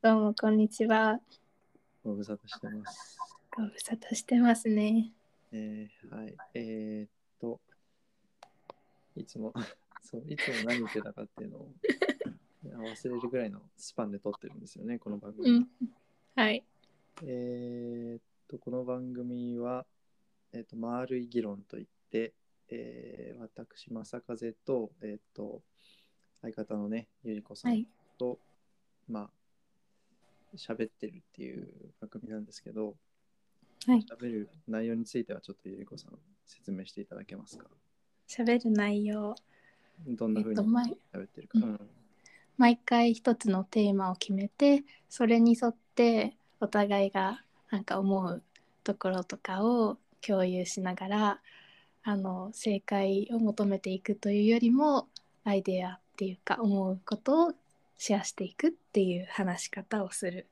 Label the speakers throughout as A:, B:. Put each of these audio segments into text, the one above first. A: どうもこんにちは。
B: ご無沙汰してます。
A: ご無沙汰してますね。
B: えー、はい。えー、っと、いつも、 そう、いつも何言ってたかっていうのを忘れるぐらいのスパンで撮ってるんですよね、この番組。
A: うん。はい。
B: えーっと、この番組は、えーっと、丸い議論といって、えー、私、正風と、えーっと、相方のね、ゆりこさ
A: は
B: ん
A: い。
B: と、まあ、喋ってるっていう番組なんですけど、
A: はい。
B: 喋る内容についてはちょっとゆりこさん説明していただけますか
A: 喋る内容。
B: どんな風に
A: えっと前
B: 喋ってるか、
A: うん毎回一つのテーマを決めて、それに沿ってお互いがなんか思うところとかを共有しながら、あの正解を求めていくというよりも、アイデアっていうか思うことをシェアしていくっていう話し方をする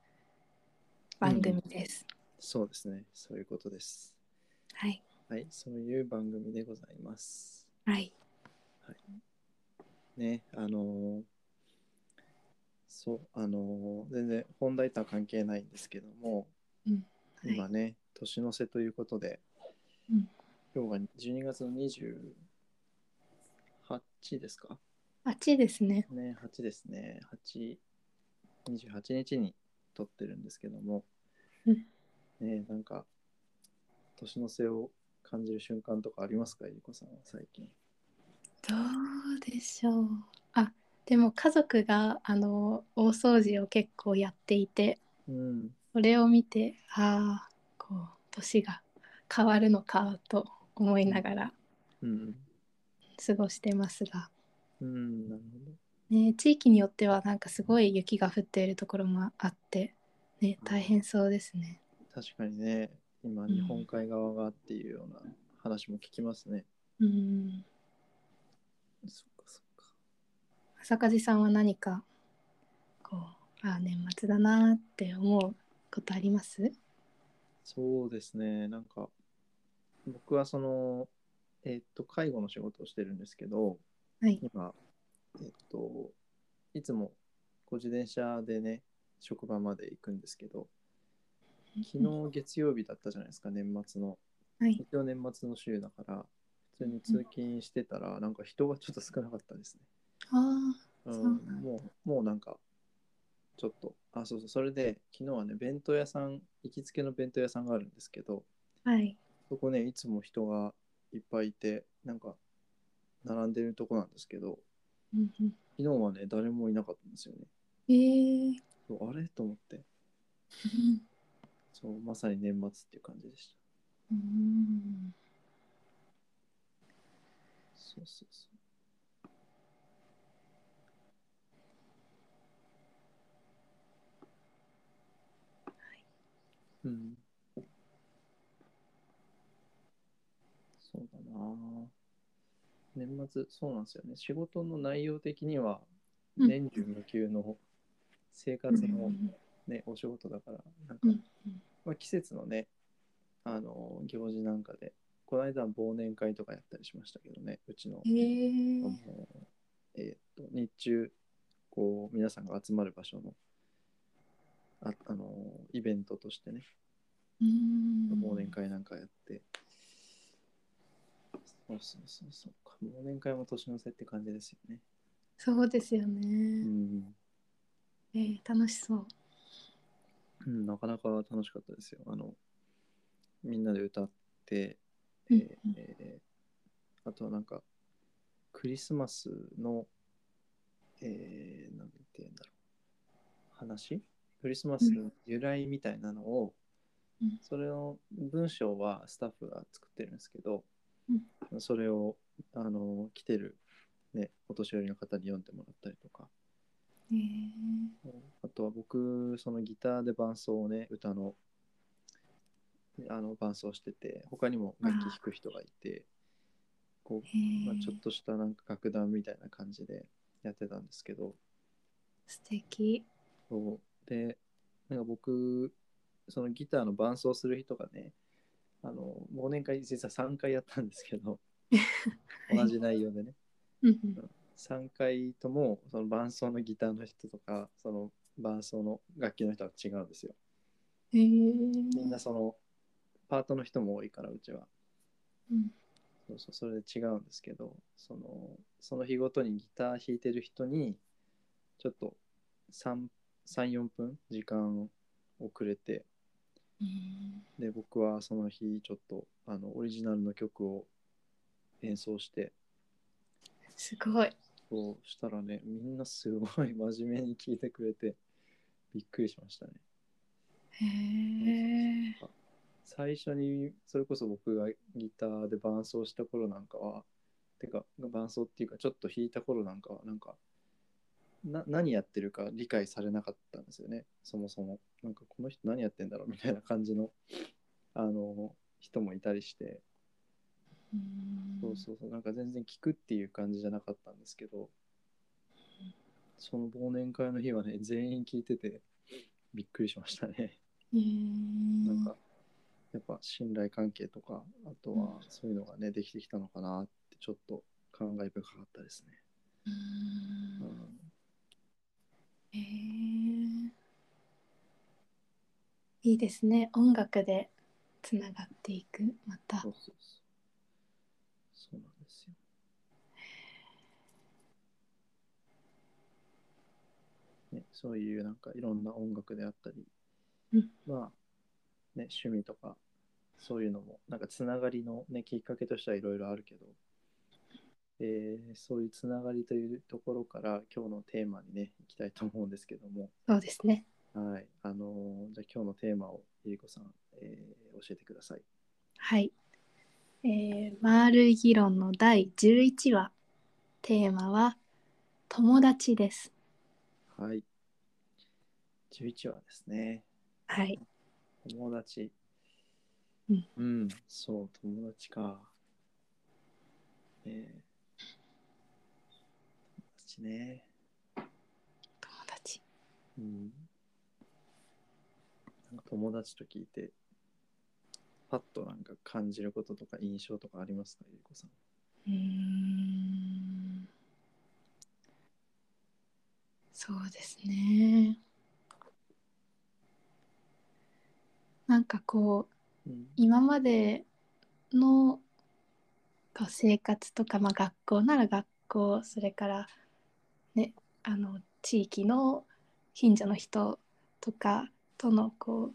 A: 番組です。
B: そうですねそういうことです
A: はい。
B: はいそういう番組でございます
A: はい。
B: ねあのーそうあのー全然本題とは関係ないんですけども、
A: はい
B: 今ね年の瀬ということで、
A: うん
B: 今日が12月の28ですか
A: あっちですね。
B: ね、8ですね。8、28日に撮ってるんですけども、
A: うん
B: ね、なんか、年の瀬を感じる瞬間とかありますか、ゆりこさんは最近。
A: どうでしょう。あ、でも家族があの大掃除を結構やっていて、
B: うん、
A: それを見て、ああ、こう年が変わるのかと思いながら
B: うん、
A: 過ごしてますが、
B: うん、なるほど。
A: ね、地域によってはなんかすごい雪が降っているところもあって、ね、大変そうですね。
B: 確かにね、今、
A: ん
B: 日本海側がっていうような話も聞きますね。
A: うん。
B: そっかそっか。
A: 朝梶さんは何かこうああ年末だなーって思うことあります？
B: そうですね、なんか、僕はその、えっと、介護の仕事をしてるんですけど、
A: はい。
B: 今、えっと、いつもこう自転車でね、職場まで行くんですけど、昨日月曜日だったじゃないですか、年末の。
A: はい。
B: 一応年末の週だから、普通に通勤してたら、なんか人がちょっと少なかったですね。
A: ああ。
B: う
A: そ
B: ん
A: うなんだ、
B: もう、もうなんか、ちょっと、あ、そうそう、それで、昨日はね、弁当屋さん、行きつけの弁当屋さんがあるんですけど、
A: はい。
B: そこね、いつも人がいっぱいいて、なんか、並んでるとこなんですけど、
A: うんうん、
B: 昨日はね、誰もいなかったんですよね。
A: えー、
B: そうあれと思ってそうまさに年末っていう感じでした
A: うん
B: そうそうそうんそうだなぁ年末そうなんですよね仕事の内容的には
A: うん
B: 年中無休の生活の、ねお仕事だからなんか、
A: うん
B: まあ、季節のねあの行事なんかでこの間は忘年会とかやったりしましたけどねうちの
A: え
B: あ
A: ー
B: の、えー、と日中こう皆さんが集まる場所のああのイベントとしてね
A: うん
B: 忘年会なんかやって、そうそうそうそうか忘年会も年の瀬って感じですよね
A: そうですよ
B: う
A: ね、
B: ん、
A: えー、楽しそう
B: うん、なかなか楽しかったですよあのみんなで歌って、
A: う
B: え
A: ん
B: ー
A: うん
B: えーあとはなんかクリスマスのえー、なんて言うんだろう話クリスマスの由来みたいなのを、
A: うん
B: それの文章はスタッフが作ってるんですけど、それをあの来てる、ね、お年寄りの方に読んでもらったりとか
A: えー、
B: あとは僕そのギターで伴奏をね歌のあの伴奏してて他にも楽器弾く人がいてこ
A: え
B: う、
A: ー
B: まあ、ちょっとしたなんか楽団みたいな感じでやってたんですけど
A: 素敵
B: そうでなんか僕そのギターの伴奏する人がねあの忘年会実は3回やったんですけど
A: い
B: 同じ内容でね
A: うんうん
B: 3回ともその伴奏のギターの人とかその伴奏の楽器の人は違うんですよ。
A: へえ
B: みんなそのパートの人も多いからうちは
A: うん
B: そうそうそれで違うんですけどそのその日ごとにギター弾いてる人にちょっと34分時間をくれて
A: うん
B: で僕はその日ちょっとあのオリジナルの曲を演奏して
A: すごい
B: そうしたらねみんなすごい真面目に聴いてくれてびっくりしましたね。
A: へえ
B: 最初にそれこそ僕がギターで伴奏した頃なんかはてか伴奏っていうかちょっと弾いた頃なんかはなんかな何やってるか理解されなかったんですよねそもそもなんかこの人何やってんだろうみたいな感じのあの人もいたりして
A: うん
B: そうそうそうなんか全然聞くっていう感じじゃなかったんですけどその忘年会の日はね全員聞いててびっくりしましたね
A: へえ
B: なんかやっぱ信頼関係とかあとはそういうのがねできてきたのかなってちょっと感慨深かったですね。
A: う
B: うんん
A: へえいいですね音楽でつながっていくまた
B: そうそうそうそうなんですよ。ね、そういうなんかいろんな音楽であったり、
A: うん
B: まあ、ね、趣味とかそういうのもなんかつながりの、ね、きっかけとしてはいろいろあるけど、えーそういうつながりというところから今日のテーマにねいきたいと思うんですけども、
A: そうですね
B: はいあのーじゃあ今日のテーマをゆりこさん、えー教えてください。
A: はい、えー、丸い議論の第11話テーマは友達です
B: はい。11話ですね。
A: はい
B: 友達。
A: うん、
B: そう、友達か。えー、友達ね。
A: 友達
B: うん。なんか友達と聞いて、パッとなんか感じることとか印象とかありますか、ゆうこさん。
A: うーんそうですねなんかこう
B: うん。
A: 今までのこう生活とか、まあ、学校なら学校それから、ね、あの地域の近所の人とかとのこう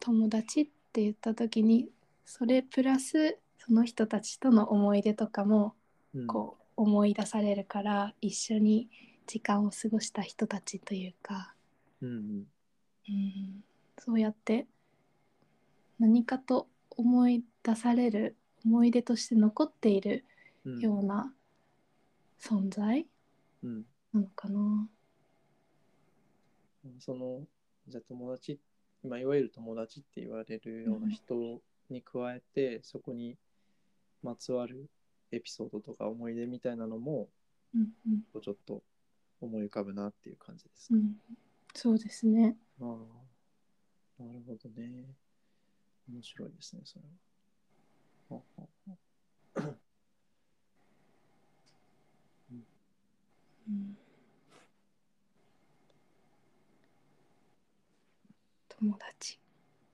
A: 友達って言った時にそれプラスその人たちとの思い出とかも
B: うん、
A: こう思い出されるから一緒に時間を過ごした人たちというか、
B: うんうん。
A: うん、そうやって何かと思い出される思い出として残っている
B: うん。
A: ような存在
B: うん
A: なのかな。
B: そのじゃあ友達、まあ、いわゆる友達って言われるような人に加えて、そこにまつわるエピソードとか思い出みたいなのも
A: うんうん
B: こうちょっと思い浮かぶなっていう感じです
A: う
B: ね。
A: ん、そうですね。
B: ああなるほどね。面白いですねそれは。あああ
A: うん、友達。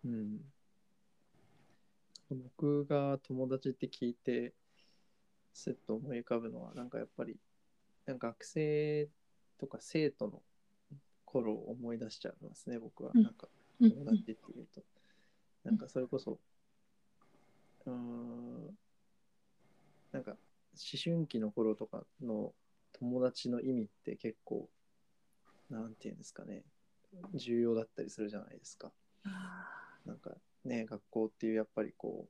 B: うん、僕が友達って聞いてすっと思い浮かぶのはなんかやっぱりなんか学生とか生徒の頃を思い出しちゃいますね僕は、
A: うん
B: なんか
A: うん
B: 友達っていうと、なんかそれこそうーんなんか思春期の頃とかの友達の意味って結構なんていうんですかね重要だったりするじゃないですか。
A: うんあ
B: なんかね学校っていうやっぱりこ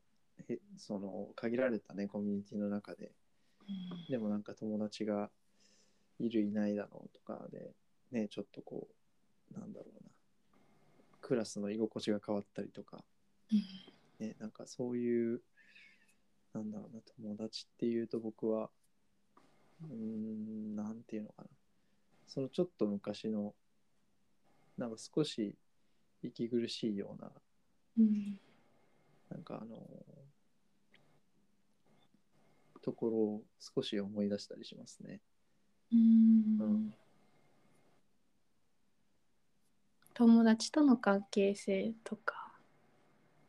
B: うへその限られたねコミュニティの中で
A: ーうん
B: でもなんか友達がいるいないだろうとかでねちょっとこうなんだろうなクラスの居心地が変わったりとか、
A: うん
B: ね、なんかそういうなんだろうな友達っていうと僕はうーんなんていうのかなそのちょっと昔のなんか少し息苦しいような
A: うん
B: なんかあのところを少し思い出したりしますね。
A: うん友達との関係性とか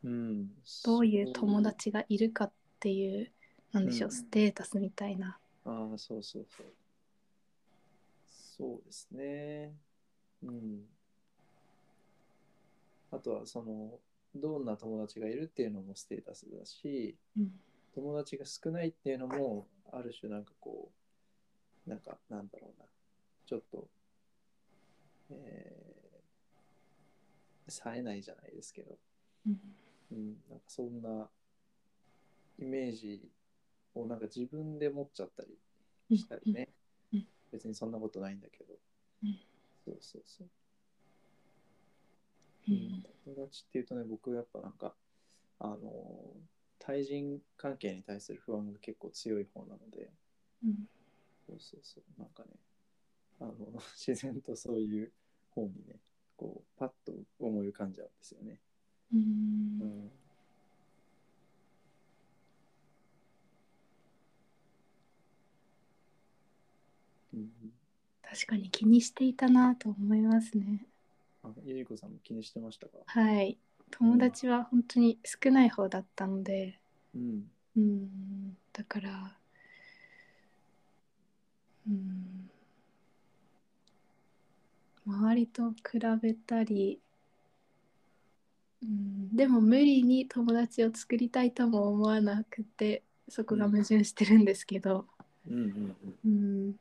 B: うん、
A: どういう友達がいるかっていうなんでしょう、
B: うん
A: ステータスみたいな
B: ああ、そうそうそう。そうですね。うん。あとは、その、どんな友達がいるっていうのもステータスだし、
A: うん
B: 友達が少ないっていうのも、ある種なんかこう、なんか、なんだろうな、ちょっと、えー、冴えないじゃないですけど、
A: うん
B: うん、なんかそんなイメージをなんか自分で持っちゃったりしたりね、
A: うんうん
B: 別にそんなことないんだけど、
A: うん
B: そうそうそう、
A: う
B: うん
A: ん、
B: 友達っていうとね僕やっぱなんかあの対人関係に対する不安が結構強い方なので
A: うん
B: そうそうそうなんかねあの 自然とそういう方にねこうパッと思い浮かんじゃうんですよね。
A: う
B: うんんうん、
A: 確かに気にしていたなと思いますね
B: あゆりこさんも気にしてましたか
A: はい友達は本当に少ない方だったので、
B: うん
A: うんだからうん周りと比べたりうんでも無理に友達を作りたいとも思わなくてそこが矛盾してるんですけど、
B: うんうんうん
A: うん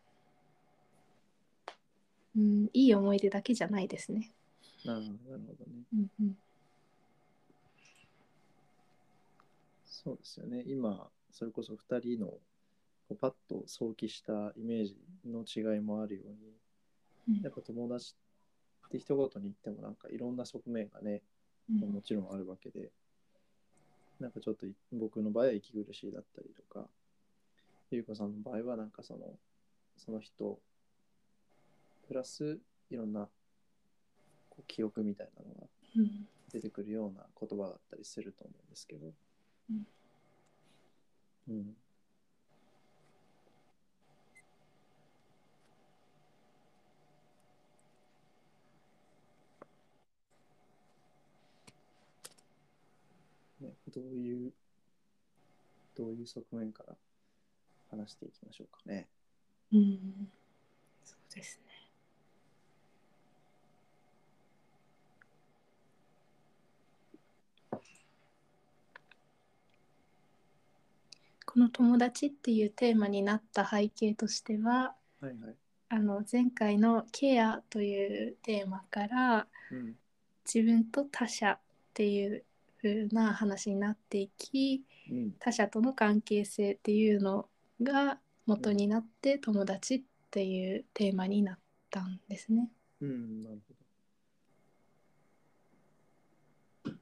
A: うん、いい思い出だけじゃないですね。
B: なるほどなるほどね
A: うんうん
B: そうですよね今それこそ2人のこうパッと想起したイメージの違いもあるように
A: うん
B: やっぱ友達って一言に言ってもなんかいろんな側面がね
A: うん
B: もちろんあるわけで、なんかちょっとい僕の場合は息苦しいだったりとか、ゆうこさんの場合はなんかその、その人、プラスいろんなこう記憶みたいなのが
A: うん
B: 出てくるような言葉だったりすると思うんですけど。
A: うん
B: うん。ね、どういう、どういう側面から話していきましょうかね。
A: うんそうですね。この友達っていうテーマになった背景としては、
B: はいはい。
A: あの前回のケアというテーマから
B: うん。
A: 自分と他者っていう風な話になっていき、
B: うん。
A: 他者との関係性っていうのが元になって友達っていうテーマになったんですね。
B: うん、なるほど。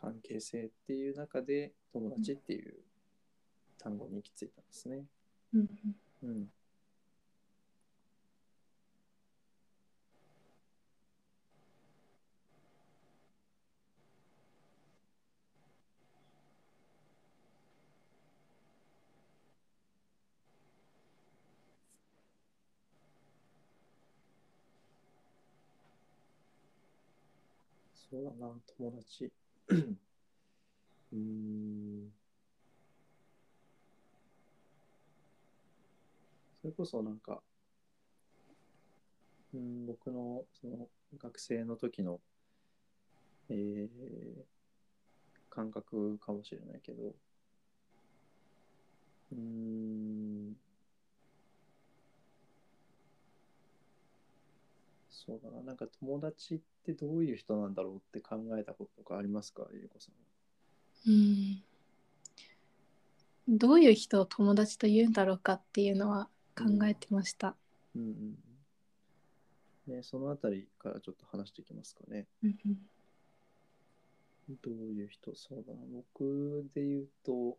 B: 関係性っていう中で友達っていう単語に行き着いたんですね。
A: うん
B: うん。そうだな、友達。 うーん。それこそなんか、うん、僕のその学生の時の、えー感覚かもしれないけど、うん、そうだな、なんか友達ってどういう人なんだろうって考えたこととかありますか、ゆりこさんは。
A: うん、どういう人を友達と言うんだろうかっていうのは考えてました。
B: うんうんうんね、そのあたりからちょっと話していきますかね。
A: うんうん
B: どういう人そうだな。僕で言うと、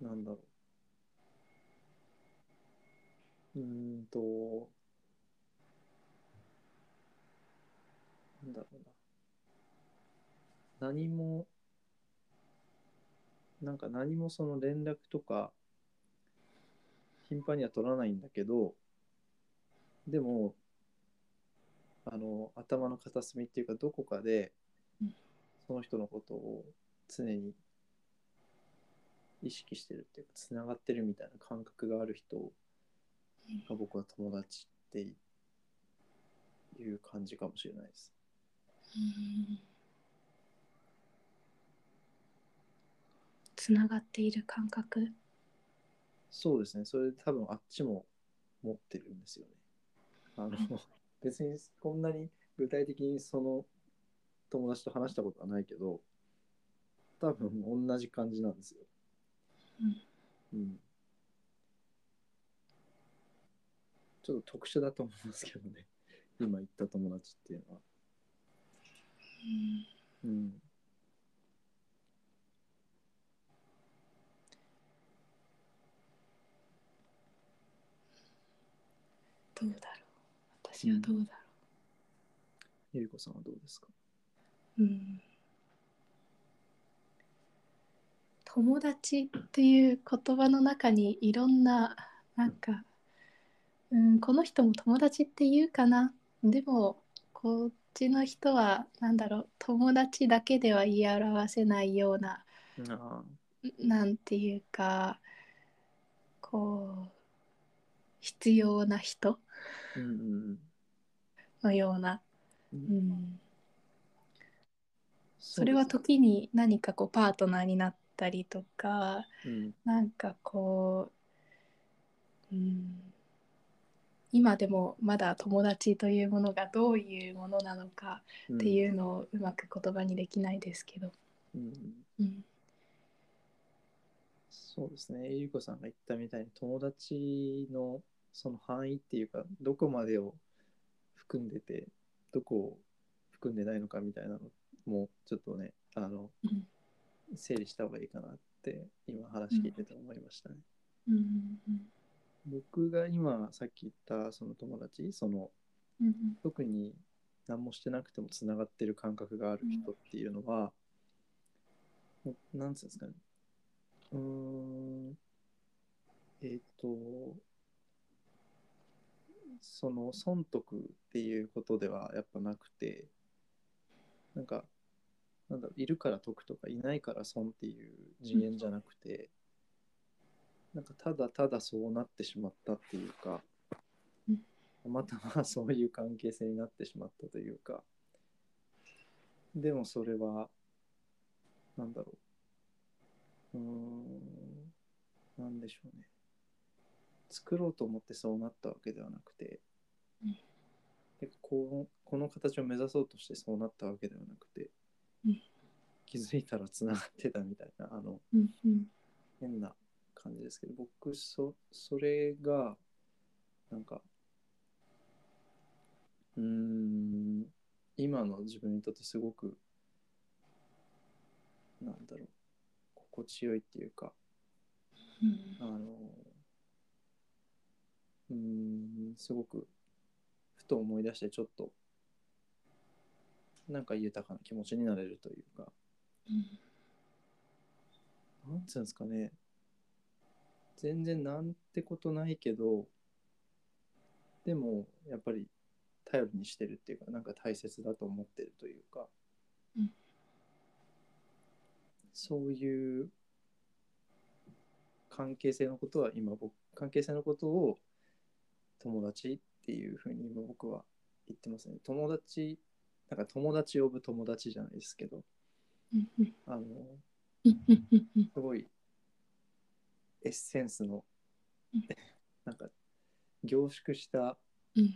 B: なんだろう。うーんと、なんだろうな。何も、なんか何もその連絡とか、頻繁には取らないんだけど、でも、あの頭の片隅っていうかどこかで
A: うん
B: その人のことを常に意識してるっていうかつながってるみたいな感覚がある人が僕は友達っていう感じかもしれないです。
A: つながっている感覚
B: そうですね。それで多分あっちも持ってるんですよね。 あの、別にこんなに具体的にその友達と話したことはないけど、多分同じ感じなんですよ。うん。ちょっと特殊だと思いますけどね。今言った友達っていうのは。うん。
A: どうだろう私はどうだろ
B: ゆりこさんはどうですか
A: う、うん友達っていう言葉の中にいろんななんか、うん、この人も友達って言うかなでもこっちの人はなんだろう友達だけでは言い表せないような
B: ああ。
A: なんていうかこう必要な人
B: うんうん
A: のような、
B: う。
A: うんん、
B: そ
A: それは
B: と、
A: 時に何かこうパートナーになったりとか
B: うん。
A: なんかこう、うん、今でもまだ友達というものがどういうものなのか
B: っ。
A: っていううのをうまく言葉にできないですけど。
B: うんうん
A: うん
B: そうですね、ゆりこさんが言ったみたいに友達のその範囲っていうか、どこまでを含んでて、どこを含んでないのかみたいなのも、ちょっとね、あの、
A: うん
B: 整理した方がいいかなって、今話聞いてて思いましたね。
A: うん
B: 僕が今さっき言ったその友達、その
A: うんうん
B: 特に何もしてなくてもつながってる感覚がある人っていうのは、もうなんつうんですかねうーんえっ、とその損得っていうことではやっぱなくてなんかなんだろういるから得とかいないから損っていう次元じゃなくて、なんかただただそうなってしまったっていうか、またまあそういう関係性になってしまったというかでもそれはなんだろううーんなんでしょうね作ろうと思ってそうなったわけではなくて
A: うん
B: でこうこの形を目指そうとしてそうなったわけではなくて
A: うん
B: 気づいたらつながってたみたいなあの
A: うんうん
B: 変な感じですけど僕そそれがなんかうーん今の自分にとってすごくなんだろう心地よいっていうか
A: うん
B: あのうーんすごくふと思い出してちょっとなんか豊かな気持ちになれるというか
A: うん
B: なんつうんですかね全然なんてことないけどでもやっぱり頼りにしてるっていうかなんか大切だと思ってるというか、
A: うん
B: そういう関係性のことは今僕関係性のことを友達っていうふうに今僕は言ってますね友達なんか友達呼ぶ友達じゃないですけど
A: うんうん
B: あの
A: うんうんうんうん
B: すごいエッセンスの
A: うん
B: なんか凝縮した
A: うん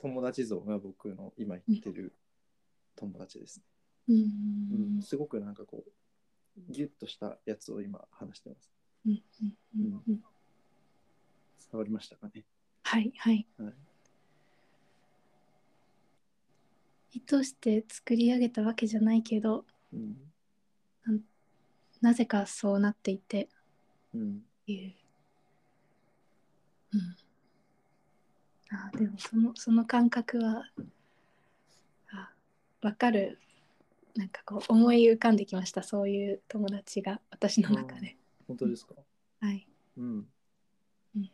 B: 友達像が僕の今言ってる友達ですね、
A: うん
B: すごくなんかこうギュッとしたやつを今話してます
A: うんうんうん
B: 伝わりましたかね
A: はいはい。
B: はい
A: 意図して作り上げたわけじゃないけど
B: うん
A: なぜかそうなっていてっ
B: うん
A: ていう。うん、あでもそのその感覚はあわかるなんかこう思い浮かんできましたそういう友達が私の中で。
B: 本当ですか
A: はい
B: うん
A: うん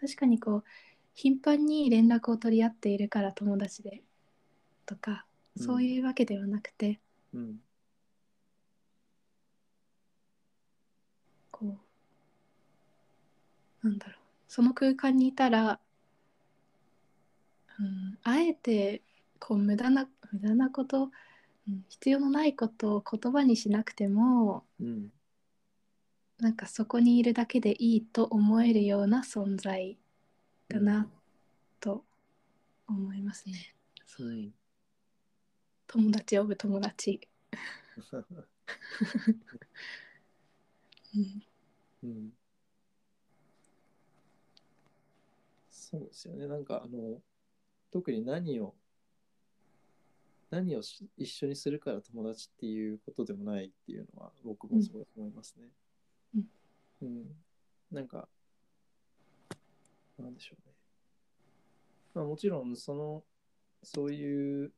A: 確かにこう頻繁に連絡を取り合っているから友達でとか
B: うん
A: そういうわけではなくて、
B: うん
A: こうなんだろうその空間にいたら、うん、あえてこう無駄な無駄なこと、うん、必要のないことを言葉にしなくても
B: うん
A: なんかそこにいるだけでいいと思えるような存在だなと思いますね。
B: うん
A: 友達呼ぶ友達、うん、
B: うんそうですよねなんかあの特に何を何をし一緒にするから友達っていうことでもないっていうのは僕もそう思いますね。
A: うん
B: うんなんかなんでしょうね。まあ、もちろんそのそういう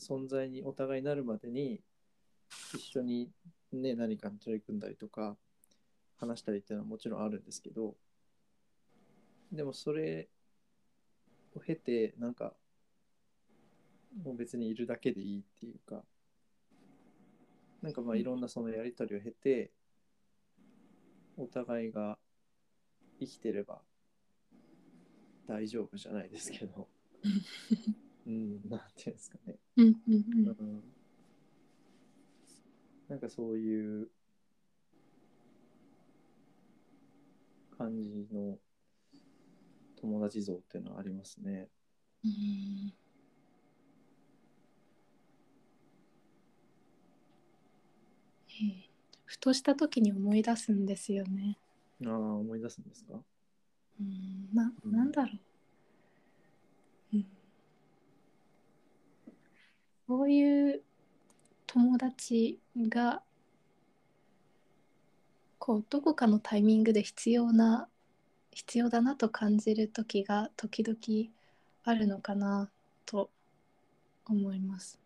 B: 存在にお互いになるまでに一緒に、ね、何かに取り組んだりとか話したりっていうのはもちろんあるんですけどでもそれを経てなんかもう別にいるだけでいいっていうかなんかまあいろんなそのやり取りを経てお互いが生きてれば大丈夫じゃないですけどうんなんていうんですかね
A: うんうんうん
B: うんなんかそういう感じの友達像っていうのはありますね。
A: うんうんふとした時に思い出すんですよね。
B: ああ思い出すんですか
A: うん、な
B: うん
A: なんだろう、うん。こういう友達がこうどこかのタイミングで必要な必要だなと感じる時が時々あるのかなと思います。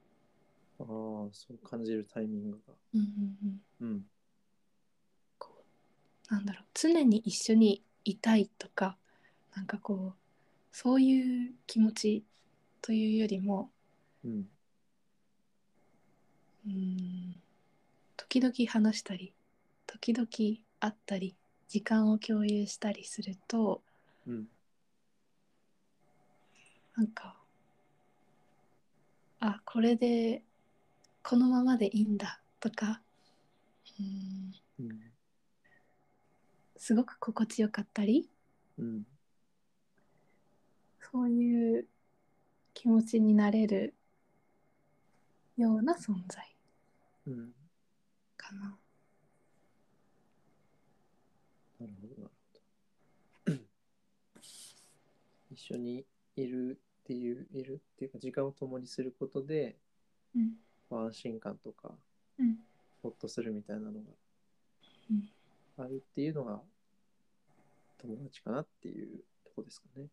B: ああそう感じるタイミングが。
A: うんうんうん、
B: うん
A: こうなんだろう常に一緒にいたいとかなんかこうそういう気持ちというよりも
B: うん
A: うーん時々話したり時々会ったり時間を共有したりすると
B: うん
A: なんかあこれでこのままでいいんだとかうーん
B: うん
A: すごく心地よかったり
B: うん
A: そういう気持ちになれるような存在
B: うん
A: かな。
B: なるほどなるほど。一緒にいるっていういるっていうか時間を共にすることで
A: うん
B: まあ安心感とか
A: うん
B: ほっとするみたいなのが
A: うん
B: あるっていうのが友達かなっていうとこですかね、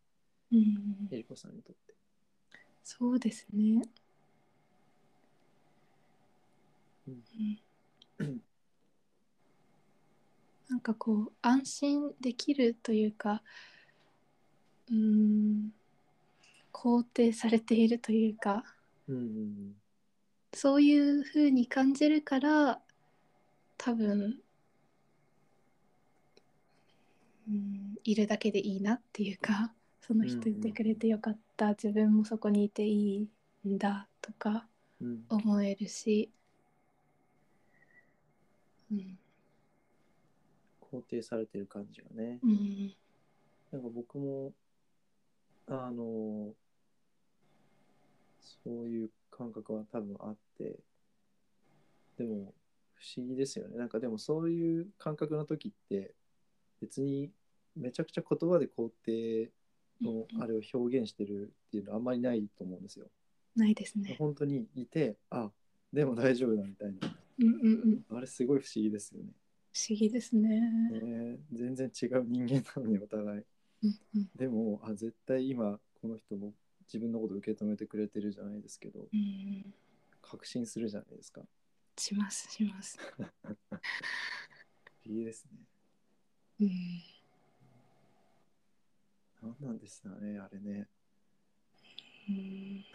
A: うん
B: えりこさんにとって。
A: そうですね。
B: うん
A: うんなんかこう安心できるというかうーん肯定されているというか
B: うんうん
A: そういう風に感じるから多分うんいるだけでいいなっていうかその人いてくれてよかった、自分もそこにいていいんだとか
B: うんうん
A: 思えるし、うん
B: 肯定されてる感じがね。
A: うん
B: なんか僕もあのそういう感覚は多分あってでも不思議ですよねなんかでもそういう感覚の時って別にめちゃくちゃ言葉で肯定のあれを表現してるっていうのはあんまりないと思うんですよ。
A: ないですね。
B: 本当にいてあでも大丈夫だみたいな
A: うんうんうん、
B: あれすごい不思議ですよね。
A: 不思議ですね。
B: ね全然違う人間なのにお互い。
A: うんうん
B: でもあ絶対今この人も自分のこと受け止めてくれてるじゃないですけど
A: うん、
B: 確信するじゃないですか
A: しますします。
B: いいですね
A: うん
B: そうなんですよね、あれね。
A: うん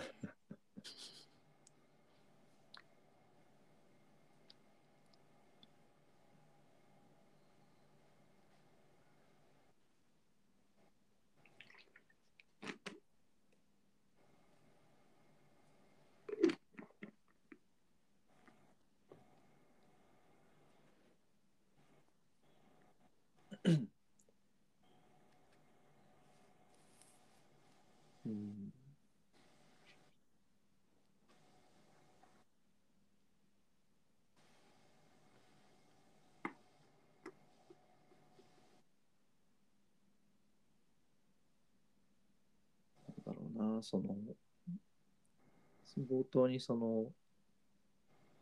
B: うん。なんだろうな、その、冒頭にその、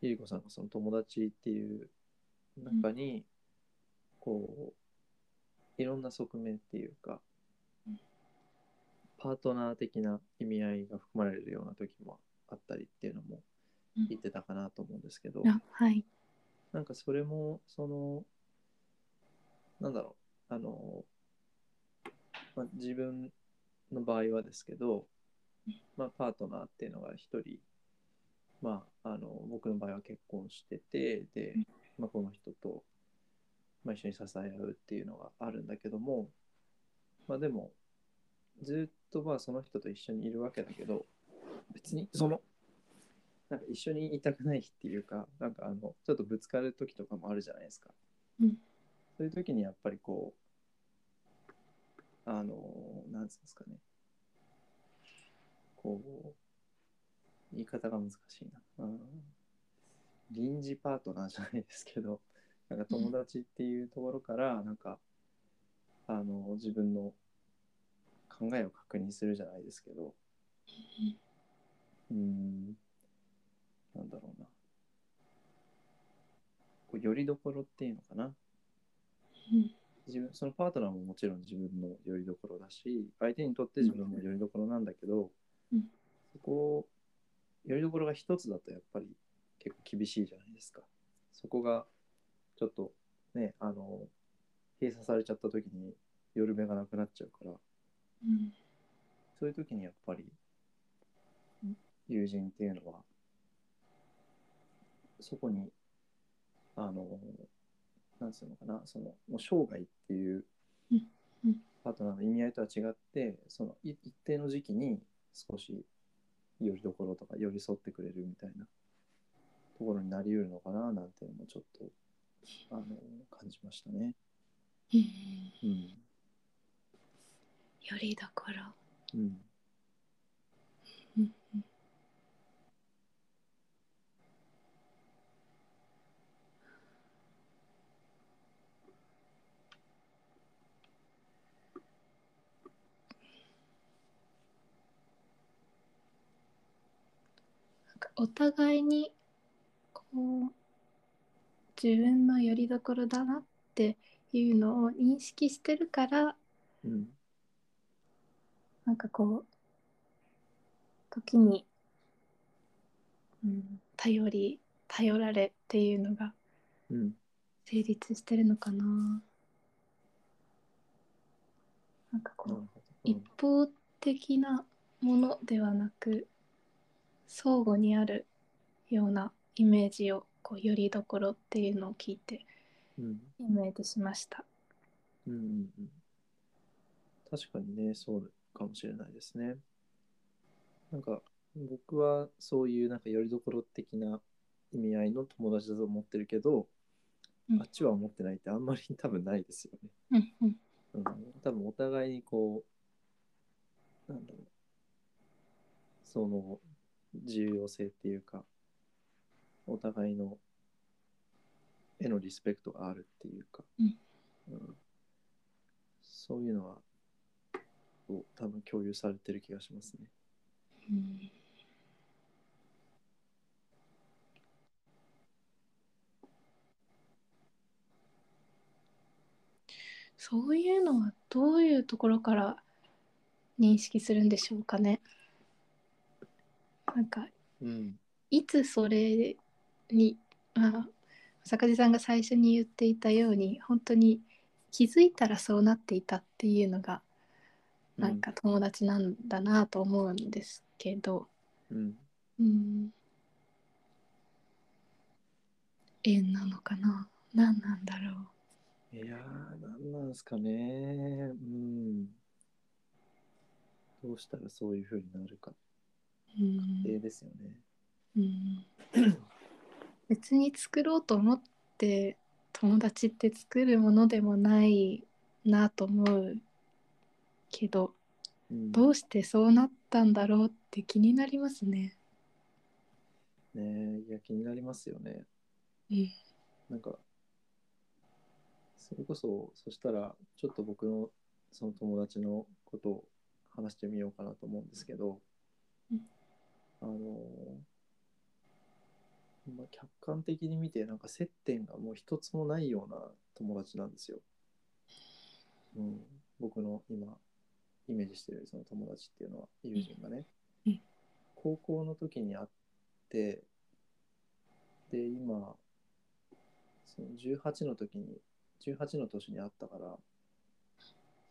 B: ゆりこさんがその友達っていう中に、こう、いろんな側面っていうか、パートナー的な意味合いが含まれるような時もあったりっていうのも言ってたかなと思うんですけど、
A: あはい
B: なんかそれもそのなんだろうあの、まあ、自分の場合はですけど
A: うん、
B: まあ、パートナーっていうのが一人、まあ、あの僕の場合は結婚しててで
A: うん、
B: まあ、この人と、まあ、一緒に支え合うっていうのがあるんだけども、まあ、でもずっとまあその人と一緒にいるわけだけど別にそのなんか一緒にいたくない日っていうか、なんかあの、ちょっとぶつかる時とかもあるじゃないですか。
A: うん
B: そういう時にやっぱりこう、あの、なんつうんですかね。こう、言い方が難しいな。うん臨時パートナーじゃないですけど、なんか友達っていうところから、なんか、あの、自分の考えを確認するじゃないですけど、うん、なんだろうな。こう、よりどころっていうのかな。
A: うん
B: 自分、そのパートナーももちろん自分のよりどころだし、相手にとって自分もよりどころなんだけど、
A: うん
B: そこを、よりどころが一つだとやっぱり結構厳しいじゃないですか。そこが、ちょっとね、あの、閉鎖されちゃった時に、夜目がなくなっちゃうから、
A: うん
B: そういう時にやっぱり友人っていうのはそこにあのなんつうのかなそのもう生涯っていう
A: うんうん
B: パートナーの意味合いとは違ってそのい一定の時期に少し寄りどころとか寄り添ってくれるみたいなところになりうるのかななんていうのもちょっとあの感じましたね。
A: うん
B: うん
A: よりどころ
B: うん
A: うんなんかお互いにこう自分のよりどころだなっていうのを認識してるから
B: うん
A: なんかこう時に、うん、頼り頼られっていうのが
B: うん
A: 成立してるのかな。なんかこ
B: な
A: う、
B: るほど
A: 一方的なものではなく相互にあるようなイメージをこうよりどころっていうのを聞いて
B: うん
A: イメージしました。
B: うんうんうん、確かにねそうかもしれないですねなんか僕はそういうなんかよりどころ的な意味合いの友達だと思ってるけ
A: う
B: ど、
A: ん
B: あっちは思ってないってあんまり多分ないですよね、
A: うんうん
B: うん、多分お互いにこうなんだろうその重要性っていうかお互いのへのリスペクトがあるっていうか、
A: うん
B: うんそういうのはこう多分共有されてる気がしますね。
A: うんそういうのはどういうところから認識するんでしょうかね。なんか
B: うん
A: いつそれに、まあ、坂地さんが最初に言っていたように本当に気づいたらそうなっていたっていうのがなんか友達なんだなと思うんですけど、
B: うん、
A: うん、縁なのかな何なんだろう
B: いやー、なんなんすかね。うん。どうしたらそういう風になるか。
A: うん
B: えですよね。
A: うん、別に作ろうと思って友達って作るものでもないなと思うけど
B: うん、
A: どうしてそうなったんだろうって気になりますね。
B: ねえいや、気になりますよね。
A: うん
B: なんか、それこそ、そしたら、ちょっと僕のその友達のことを話してみようかなと思うんですけど
A: うん、
B: あのーまあ、客観的に見て、なんか接点がもう一つもないような友達なんですよ。うん、僕の今、イメージしてるその友達っていうのは、友人がね
A: うん、
B: 高校の時に会って、で、今、その18の時に18の年に会ったから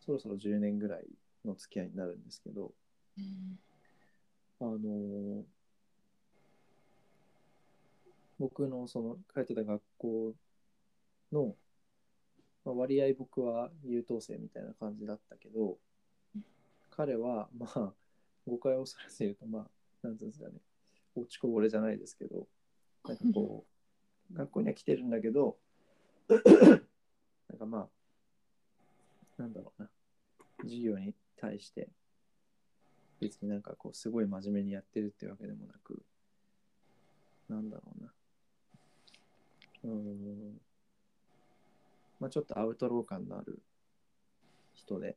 B: そろそろ10年ぐらいの付き合いになるんですけど
A: うん
B: あのー僕のその通ってた学校の、まあ、割合僕は優等生みたいな感じだったけど
A: うん
B: 彼はまあ誤解を恐れず言うとまあなんていうんですかね落ちこぼれじゃないですけどなんかこう学校には来てるんだけどなんかまあなんだろうな授業に対して別になんかこうすごい真面目にやってるってわけでもなくなんだろうなうーんまあちょっとアウトロー感のある人で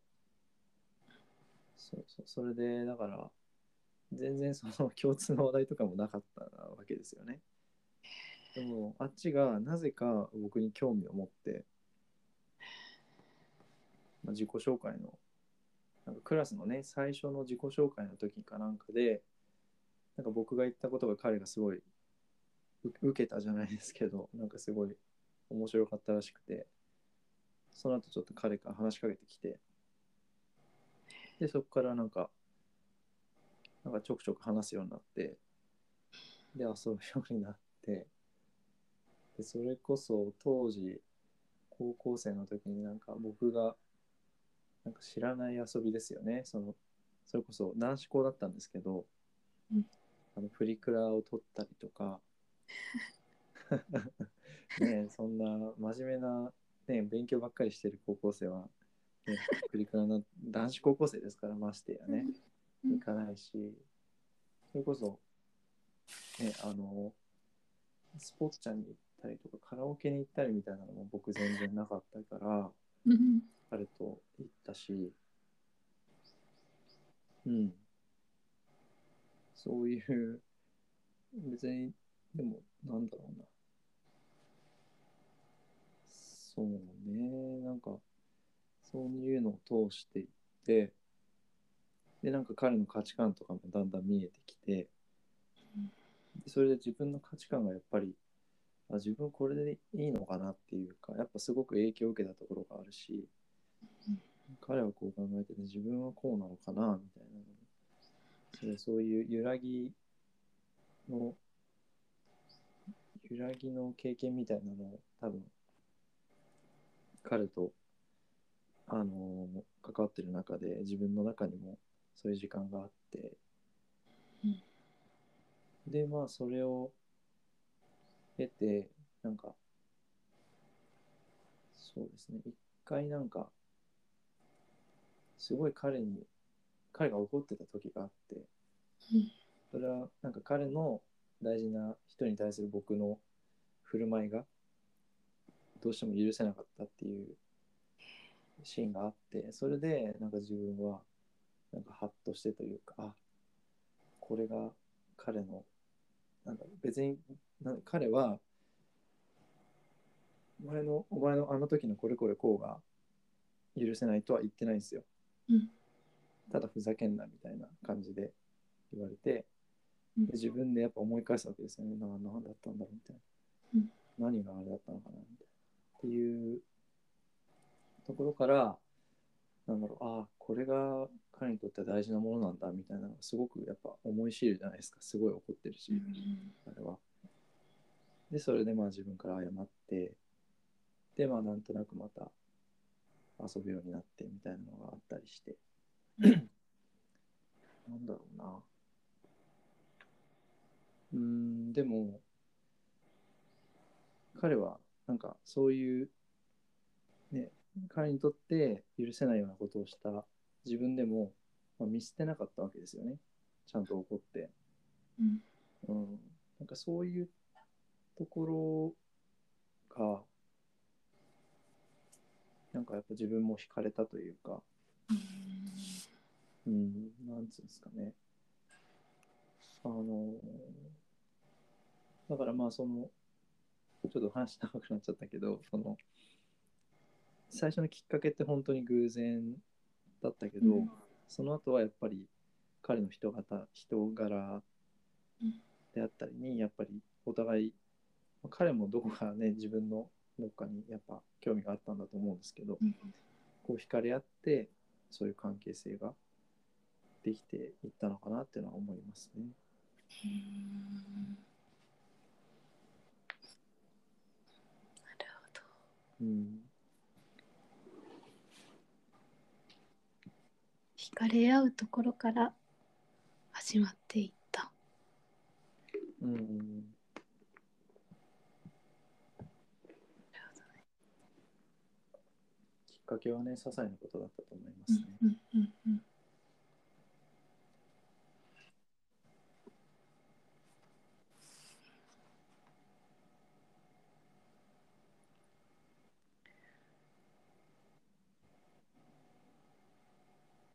B: そうそうそれでだから全然その共通の話題とかもなかったわけですよねでもあっちがなぜか僕に興味を持って、まあ、自己紹介のなんかクラスのね最初の自己紹介の時かなんかでなんか僕が言ったことが彼がすごいう受けたじゃないですけどなんかすごい面白かったらしくてその後ちょっと彼から話しかけてきてでそこからなんかなんかちょくちょく話すようになってで遊ぶようになってでそれこそ当時高校生の時になんか僕がなんか知らない遊びですよね。そのそれこそ男子校だったんですけど、
A: うん
B: あのプリクラを撮ったり とか、ねえ、そんな真面目な、ね、勉強ばっかりしてる高校生は、ね、プリクラな男子高校生ですからましてやね、
A: うん
B: 行かないし、それこそ、ね、あのスポーツちゃんに行ったりとかカラオケに行ったりみたいなのも僕全然なかったから。
A: うん
B: 彼と行ったし、うん。そういう、別に、でも、なんだろうな。そうね、なんか、そういうのを通していって、で、なんか彼の価値観とかもだんだん見えてきて
A: うん、
B: でそれで自分の価値観がやっぱり、あ自分これでいいのかなっていうか、やっぱすごく影響を受けたところがあるし、彼はこう考えてて自分はこうなのかなみたいなそれそういう揺らぎの揺らぎの経験みたいなのを多分彼とあの関わってる中で自分の中にもそういう時間があって、
A: うん
B: でまあそれを経てなんかそうですね一回なんかすごい彼に彼が怒ってた時があって、
A: うん
B: それはなんか彼の大事な人に対する僕の振る舞いがどうしても許せなかったっていうシーンがあってそれでなんか自分はなんかハッとしてというかあこれが彼のなんだろう別になん彼はお前のお前のあの時のこれこれこうが許せないとは言ってないんですよ。
A: うん
B: ただふざけんなみたいな感じで言われて、
A: うん
B: で自分でやっぱ思い返すわけですよね。な何だったんだろうみたいな。何があれだったのかなみたいな。っていうところから、なんだろう、ああ、これが彼にとっては大事なものなんだみたいなのがすごくやっぱ思い知るじゃないですかすごい怒ってるし、あれは。でそれでまあ自分から謝ってでまあなんとなくまた遊ぶようになってみたいなのがあったりしてなんだろうなうーんでも彼はなんかそういうね彼にとって許せないようなことをした自分でも、まあ見捨てなかったわけですよねちゃんと怒って。
A: うん
B: うん、なんかそういうところがなんかやっぱ自分も惹かれたというか、うん、なんつうんですかねあのだからまあそのちょっと話長くなっちゃったけどその最初のきっかけって本当に偶然だったけど、
A: うん
B: その後はやっぱり彼の人型人柄であったりにやっぱりお互い彼もどこかね自分のどこかにやっぱ興味があったんだと思うんですけど
A: うん
B: こう惹かれ合ってそういう関係性ができていったのかなっていうのは思いますね。
A: うんなるほど
B: うん、
A: 惹かれ合うところから始まっていった
B: うん、きっかけはね些細なことだったと思いますね。
A: うんうんうん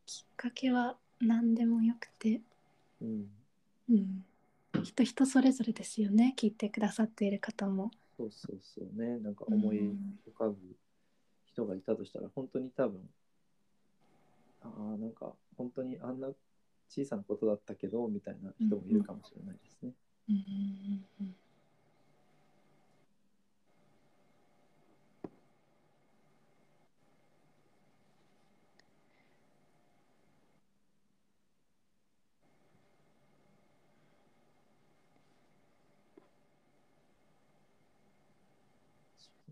A: きっかけは何でもよくて、
B: うん、
A: うん、人人それぞれですよね聞いてくださっている方も。
B: そうそうそうねなんか思い
A: うん
B: 浮かぶ人がいたとしたら本当に多分ああなんか本当にあんな小さなことだったけどみたいな人もいるかもしれないですね。
A: うんうんうんうん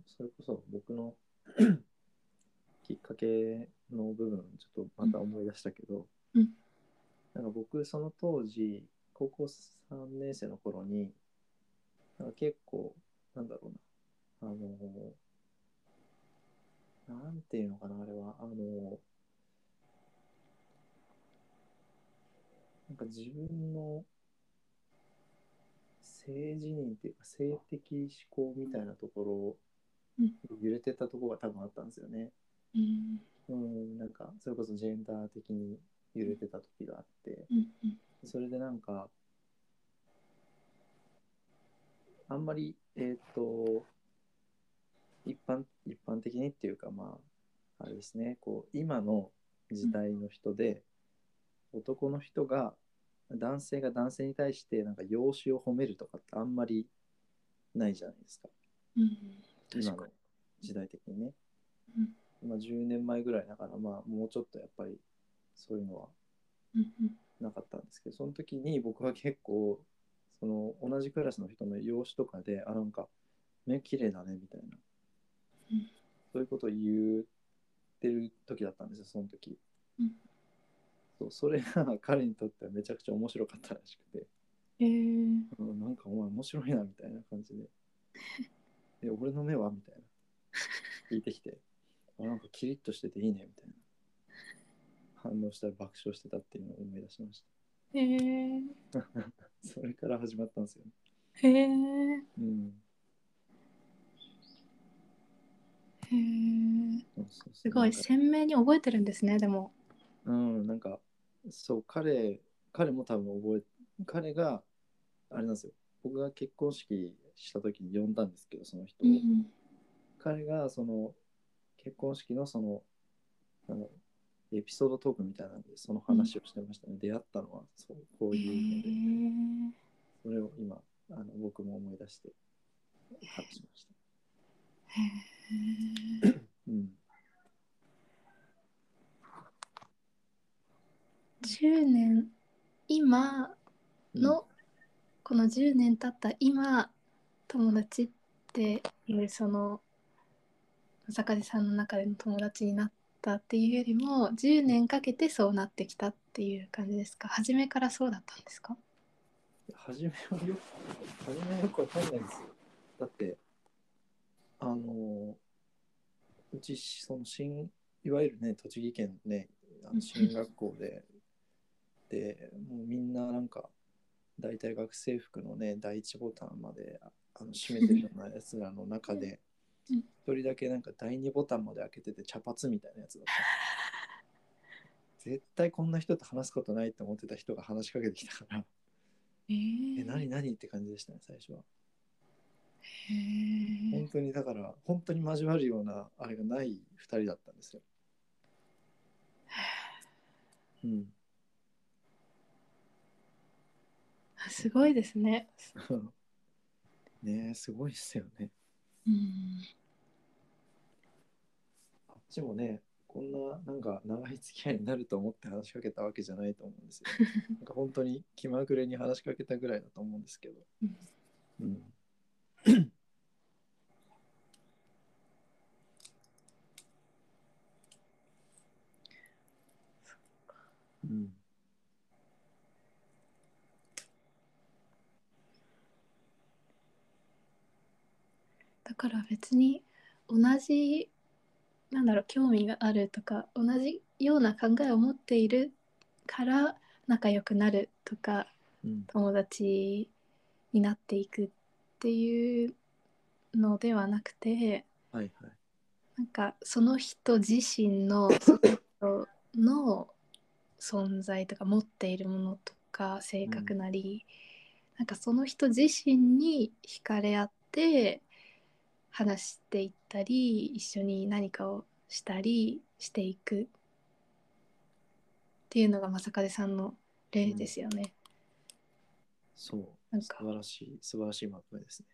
B: そそれこそ 僕のきっかけの部分ちょっとまた思い出したけど、
A: うん
B: なんか僕その当時高校3年生の頃になんか結構なんだろうなあのなんていうのかなあれはあのなんか自分の性自認っていうか性的思考みたいなところを
A: うん
B: 揺れてたところが多分あったんですよね。
A: うん
B: うん、なんかそれこそジェンダー的に揺れてた時があって
A: うんうん
B: それでなんかあんまりえっ、と一般一般的にっていうかまああれですねこう今の時代の人で、男の人が男性が男性に対してなんか容姿を褒めるとかってあんまりないじゃないですか
A: うん
B: 今
A: 確
B: の
A: か
B: 時代的にね。
A: に
B: まあ、10年前ぐらいだから、まあ、もうちょっとやっぱりそういうのは
A: うんうん
B: なかったんですけどその時に僕は結構その同じクラスの人の容姿とかであなんか目綺麗だねみたいな、
A: うん
B: そういうことを言ってる時だったんですよその時、
A: うん
B: そうそれが彼にとってはめちゃくちゃ面白かったらしくて、
A: えー
B: うんなんかお前面白いなみたいな感じで 「え俺の目は?」みたいな聞いてきて「あなんかキリッとしてていいね」みたいな反応したら爆笑してたっていうのを思い出しました
A: えー
B: それから始まったんですよね。
A: えー
B: うん、
A: へー
B: そうそうそう
A: すごい
B: なんか
A: 鮮明に覚えてるんですねでも。
B: うん、なんか、そう、彼、彼も多分覚え、彼が、あれなんですよ。僕が結婚式した時に呼んだんですけど、その人を。
A: うん
B: 彼が、その、結婚式のその、なんだろう、エピソードトークみたいなので、その話をしてましたね。出会ったのは、そう、こう
A: へ
B: いうの
A: ー
B: で、それを今、あの僕も思い出して、話しました。
A: へー
B: うん。
A: 10年今の、この10年経った今友達っていうその坂地さんの中での友達になったっていうよりも10年かけてそうなってきたっていう感じですか初めからそうだったんですか
B: 初めはよく、初めはよくわかんないですよ。だって、あの、うち、その新、いわゆるね、栃木県のね、あ
A: う
B: の
A: ん
B: 進学校 で、で、もうみんななんか、大体学生服のね、第一ボタンまで、あの、閉めてるようなやつらの中で、
A: うん
B: 一人だけなんか第二ボタンまで開けてて茶髪みたいなやつ だった。絶対こんな人と話すことないって思ってた人が話しかけてきたから。
A: え
B: え何何って感じでしたね最初は本当にだから本当に交わるようなあれがない2人だったんですようん
A: すごいですね。
B: ねえすごいですよね
A: うん、
B: あっちもねこんななんか長い付き合いになると思って話しかけたわけじゃないと思う んですよなんか本当に気まぐれに話しかけたぐらいだと思うんですけど
A: うん
B: うんうん
A: だから別に同じなんだろう興味があるとか同じような考えを持っているから仲良くなるとか
B: うん
A: 友達になっていくっていうのではなくて
B: はいはい
A: なんかその人自身のその人の存在とか持っているものとか性格なり、なんかその人自身に惹かれ合って話していったり一緒に何かをしたりしていくっていうのが正和さんの例ですよね。
B: そう
A: なん
B: 素
A: か
B: 晴らしい素晴らしいまとめですね、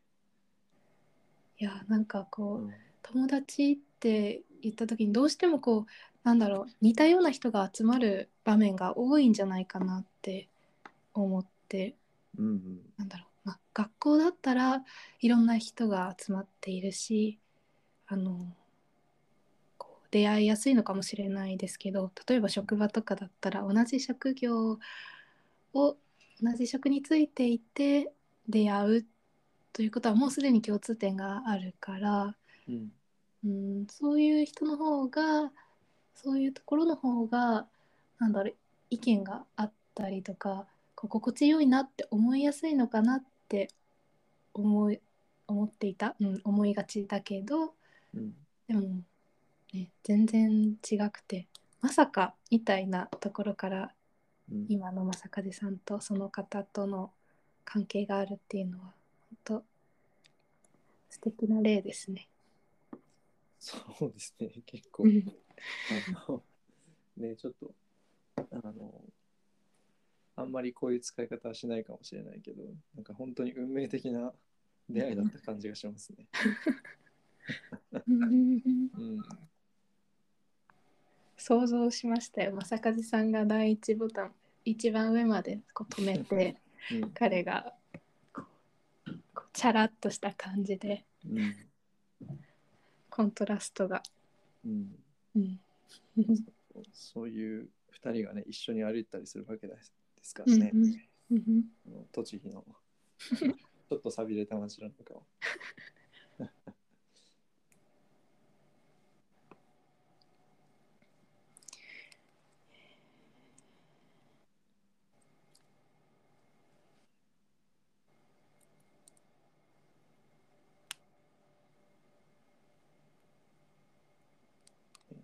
A: いやなんかこう、
B: うん
A: 友達って言った時にどうしてもこうなんだろう似たような人が集まる場面が多いんじゃないかなって思って
B: うんうん
A: なんだろう、まあ、学校だったらいろんな人が集まっているしあのこう出会いやすいのかもしれないですけど例えば職場とかだったら同じ職業を同じ職についていて出会うということはもうすでに共通点があるから。
B: うん
A: うん、そういう人の方がそういうところの方がなんだろう意見があったりとかこう心地よいなって思いやすいのかなって思い思っていた、うん、思いがちだけど
B: うん
A: でも、ね、全然違くてまさかみたいなところから
B: うん
A: 今の正和さんとその方との関係があるっていうのは本当素敵な例ですね。
B: そうですね、結構
A: う。ん
B: あのね、ちょっと、あの、あんまりこういう使い方はしないかもしれないけど、なんか本当に運命的な出会いだった感じがしますね。うん。
A: 想像しましたよ正和さんが第一ボタン一番上までこう止めて彼がこうこうチャラッとした感じで
B: うん。うん。
A: コントラストが、
B: うん、
A: うん、
B: そういう2人がね、一緒に歩いたりするわけですですからね、
A: うんうんうん
B: あの栃木の、 ちょっと寂れた街なのかを。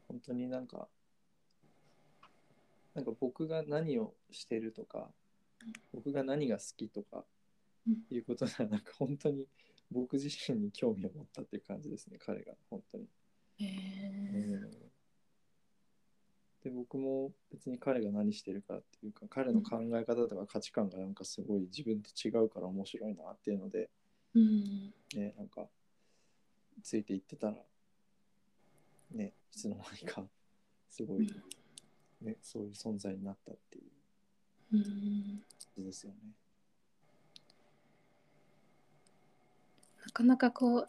B: 本当になんかなんか僕が何をしてるとか僕が何が好きとか
A: うん
B: いうことはなんか本当に僕自身に興味を持ったっていう感じですね彼が本当に。うんで僕も別に彼が何してるかっていうか彼の考え方とか価値観がなんかすごい自分と違うから面白いなっていうので、
A: うん
B: ね、なんかついていってたらねいつの間にかすごい、ね、そういう存在になったっていう
A: うん
B: ですよね。
A: なかなかこう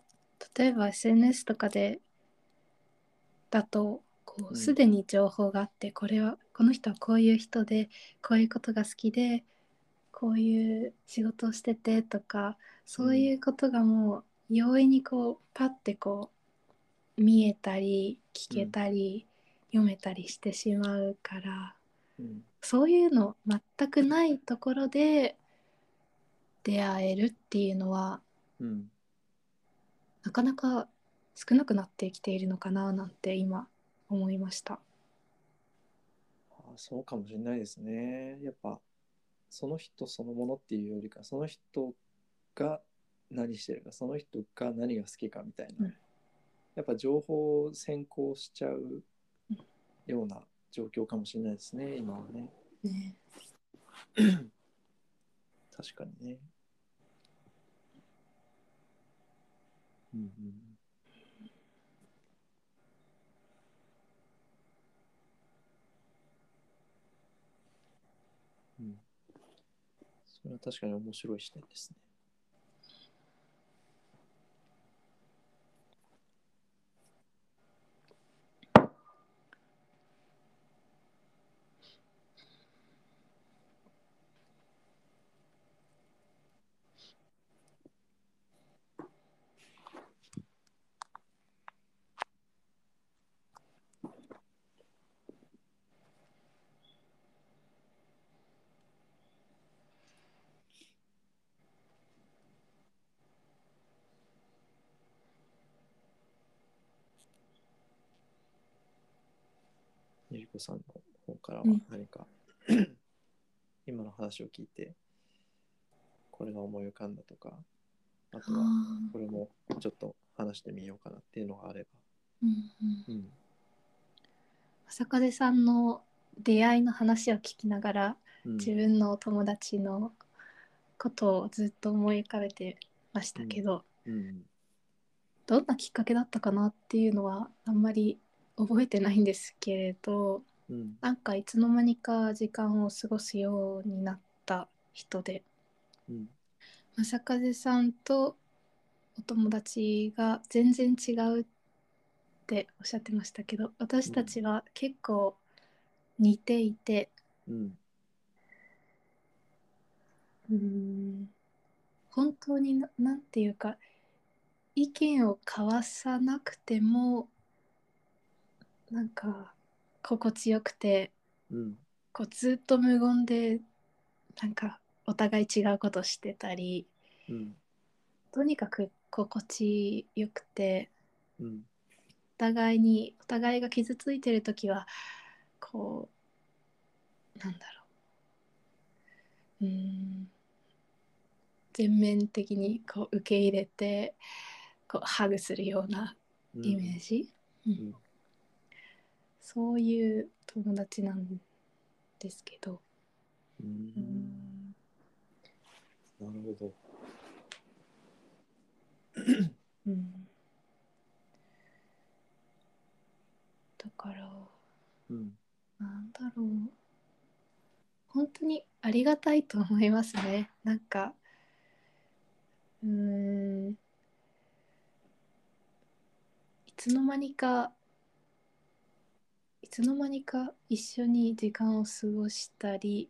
A: 例えば SNS とかでだとこ
B: う
A: うんすでに情報があって、これはこの人はこういう人でこういうことが好きでこういう仕事をしててとかそういうことがもう容易にこうパッてこう見えたり聞けたり、読めたりしてしまうから。
B: うん、
A: そういうの全くないところで出会えるっていうのは
B: うん、
A: なかなか少なくなってきているのかななんて今思いました。
B: あそうかもしれないですね。やっぱその人そのものっていうよりかその人が何してるかその人が何が好きかみたいな、
A: うん
B: やっぱ情報を先行しちゃう
A: うん
B: ような状況かもしれないですね今はね。
A: ね、
B: 確かにね。うんうんうん。うん。それは確かに面白い視点ですね。ゆりこさんの方からは
A: うん
B: 何か、 今の話を聞いて、これが思い浮かんだとか、あとはこれもちょっと話してみようかなっていうのがあれば。
A: うんうん、
B: うん。
A: 朝風さんの出会いの話を聞きながら
B: うん
A: 自分の友達のことをずっと思い浮かべてましたけど、
B: うん
A: どんなきっかけだったかなっていうのはあんまり覚えてないんですけれど。
B: うん
A: なんかいつの間にか時間を過ごすようになった人で
B: うん
A: 正風さんとお友達が全然違うっておっしゃってましたけど私たちは結構似ていて、
B: うん
A: うん本当にななんていうか意見を交わさなくてもなんか心地よくて
B: うん
A: こうずっと無言でなんかお互い違うことしてたり
B: うん
A: とにかく心地よくて
B: うん
A: お互いにお互いが傷ついてる時はこうなんだろううーん全面的にこう受け入れてこうハグするような
B: うん
A: イメージ、うん
B: うん
A: そういう友達なんですけど。
B: う
A: うんん
B: なるほど。
A: うんだから
B: うん
A: なんだろう本当にありがたいと思いますね なんかうーんいつの間にかいつの間にか一緒に時間を過ごしたり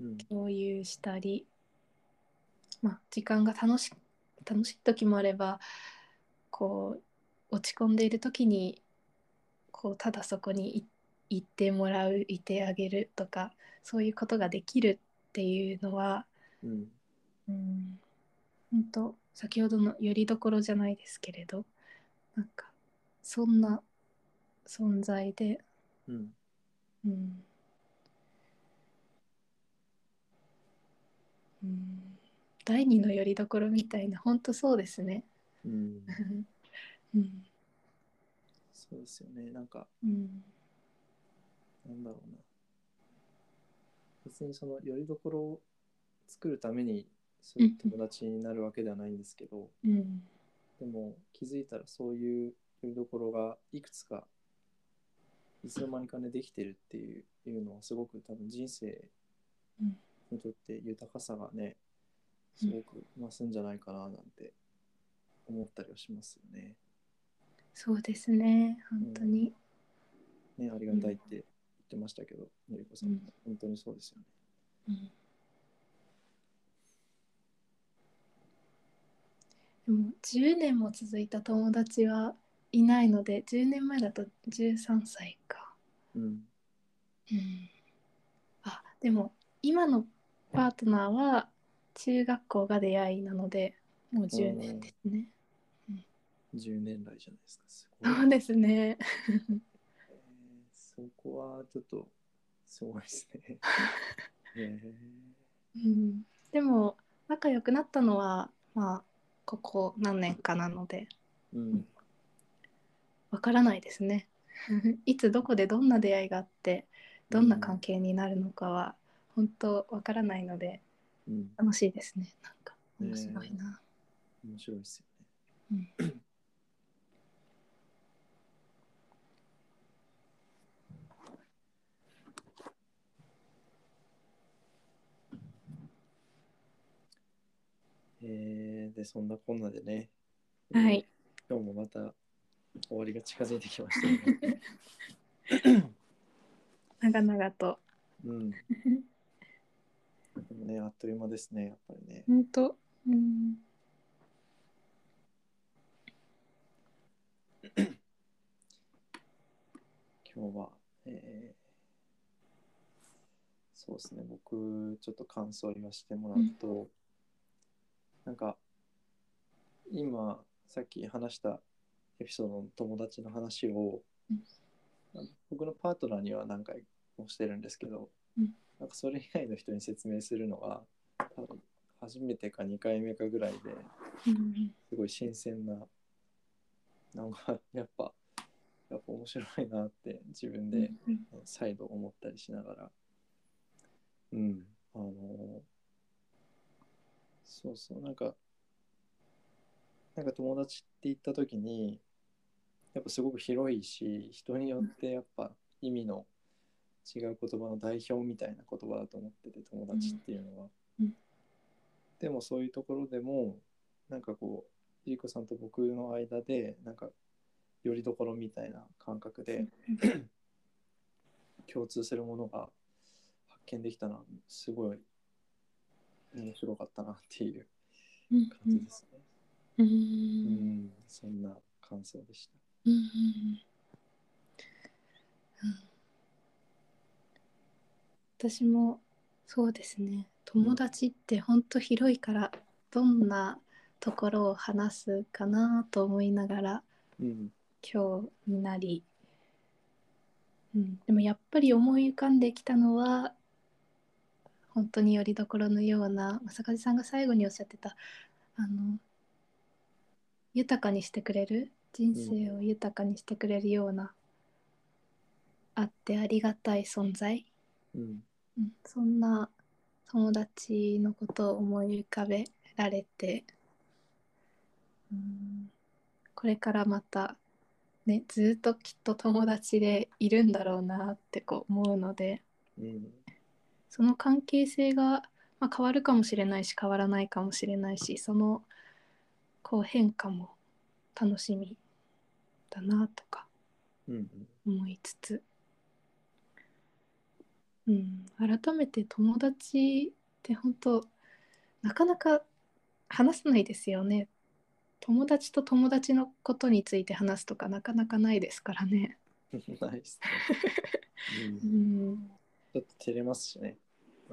B: うん
A: 共有したり、まあ、時間が楽し楽しい時もあればこう落ち込んでいる時にこうただそこにいいてもらういてあげるとかそういうことができるっていうのは
B: うん
A: うん本当先ほどのよりどころじゃないですけれどなんかそんな存在で、
B: うん
A: うんうん第二のよりどころみたいな本当そうですね。
B: うん
A: うん
B: そうですよね。なんか、
A: うん
B: なんだろうな。別にその、よりどころを作るために、そういう友達になるわけではないんですけど、
A: うん
B: でも気づいたらそういうよりどころがいくつか、いつの間にかね、できてるっていういうのは、すごく多分人生
A: うん
B: にとって豊かさがねすごく増すんじゃないかななんて思ったりはしますよね。
A: そうですね本当に、
B: ねありがたいって言ってましたけど、のりこさん
A: う
B: も
A: ん
B: 本当にそうですよね。
A: うんでも10年も続いた友達はいないので10年前だと13歳か、
B: うん、
A: うん、あでも今のパートナーは中学校が出会いなのでもう10年ですね
B: 10年来じゃないですか。す ご
A: そう
B: い
A: ですね
B: えーそこはちょっとすごいですね。え
A: うん、でも仲良くなったのはまあここ何年かなので
B: ーうん、
A: わからないですねいつどこでどんな出会いがあってどんな関係になるのかは、本当わからないので
B: うん、
A: 楽しいですねなんか面白いな、
B: 面白いですよね。えーでそんなこんなでね、
A: はい、
B: 今日もまた終わりが近づいてきましたね。
A: 長々と
B: うん。でもね、あっという間ですね、やっぱりね。
A: 本当うん
B: 今日は、えーそうですね、僕、ちょっと感想を言わせてもらうと、なんか、今、さっき話したエピソードの友達の話を、
A: うん
B: 僕のパートナーには何回もしてるんですけど、
A: うん
B: なんかそれ以外の人に説明するのが、多分初めてか2回目かぐらいで、
A: うん
B: すごい新鮮ななんかやっぱやっぱ面白いなって自分で
A: うん
B: 再度思ったりしながらうんあのそうそうなんかなんか友達って言った時にやっぱすごく広いし人によってやっぱ意味の違う言葉の代表みたいな言葉だと思ってて友達っていうのは、
A: うん
B: でもそういうところでもなんかこうゆりこさんと僕の間でなんかよりどころみたいな感覚で、共通するものが発見できたのはすごい面白かったなっていう
A: うん
B: 感じですね。
A: う
B: うん、
A: ん
B: そんな感想でした。
A: うんうん私もそうですね友達ってほんと広いからどんなところを話すかなと思いながら
B: うん、
A: 今日になり、うん、でもやっぱり思い浮かんできたのは本当によりどころのような正和さんが最後におっしゃってたあの豊かにしてくれる人生を豊かにしてくれるような、あってありがたい存在、
B: うん、
A: うん、そんな友達のことを思い浮かべられて、うん、これからまた、ね、ずっときっと友達でいるんだろうなってこう思うので
B: うん、
A: その関係性が、まあ、変わるかもしれないし変わらないかもしれないしそのこう変化も楽しみだなとか
B: うん、
A: 思いつつ、うん、改めて友達って本当なかなか話せないですよね友達と友達のことについて話すとかなかなかないですからね、
B: ないっすね。うん
A: う、ん、
B: ちょっと照れますしね。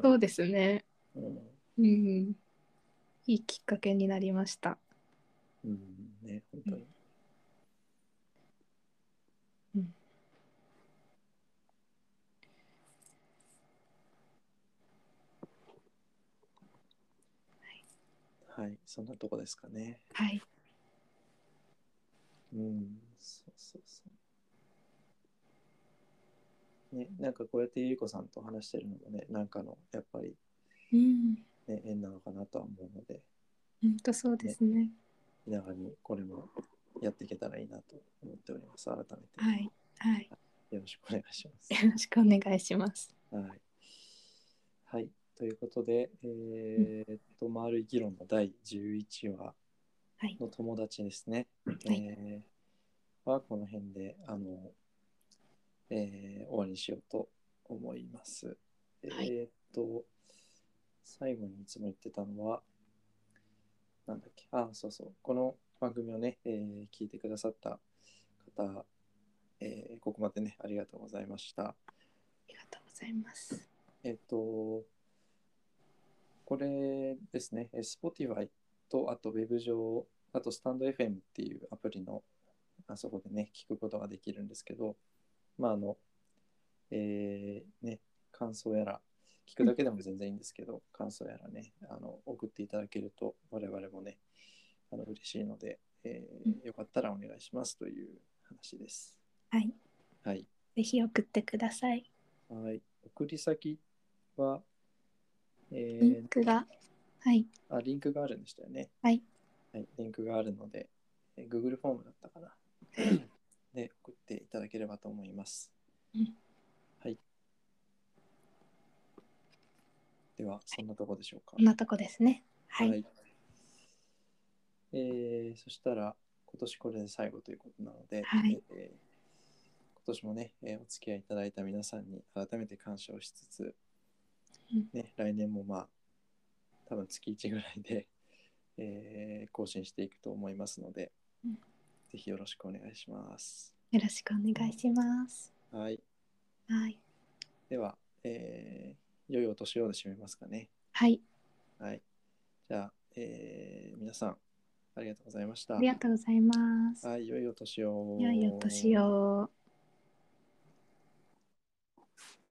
A: そうですね、
B: うん、
A: うん、いいきっかけになりました、
B: うん、ね、本当に。
A: うん、
B: はい、そんなとこですかね。
A: はい
B: うん、そうそうそう。ね、なんかこうやってゆりこさんと話してるのもね、なんかの、やっぱり、
A: うん
B: ね、縁なのかなとは思うので、
A: 本当そうですね
B: 気長にこれもやっていけたらいいなと思っております。改めて
A: はいはい
B: よろしくお願いします。
A: よろしくお願いします
B: はい。はい。ということで、えーっと、丸い議論の第11話
A: はい
B: の友達ですね。
A: はい
B: えーはこの辺で、あの、えー終わりにしようと思います。
A: はい
B: えーっと、最後にいつも言ってたのは、なんだっけ、あ、そうそう、この番組をね、えー聞いてくださった方、えーここまでね、ありがとうございました。
A: りがとうございます。
B: えっと、これですね、え Spotify と、あと Web 上、あとスタンド FM っていうアプリの、あそこでね、聞くことができるんですけど、まあ、あの、えーね、感想やら、聞くだけでも全然いいんですけど、感想やらね、あの、送っていただけると、我々もね、あの、嬉しいので、えーよかったらお願いしますという話です。
A: はい、
B: はい。
A: ぜひ送ってください。
B: はい。送り先は、え
A: リ
B: ー
A: ンクが、はい、
B: あ、リンクがあるんでしたよね。
A: はい。
B: はい、リンクがあるので、えー Google フォームだったか な。で、送っていただければと思います。
A: うん
B: はい。では、そんなとこでしょうか
A: こん。なとこですね。はい、
B: えーそしたら、今年これで最後ということなので、
A: はい
B: えー今年もね、えーお付き合いいただいた皆さんに改めて感謝をしつつ、
A: うん
B: ね、来年もまあ、多分月1ぐらいで、 えー更新していくと思いますので、
A: うん
B: ぜひよろしくお願いします。
A: よろしくお願いします。
B: はい。
A: はい、
B: では、えー良いお年をで締めますかね。
A: はい、
B: はい。じゃあ、えー皆さん、ありがとうございました。
A: ありがとうございます。
B: はい、良いお年を。
A: 良いお年を。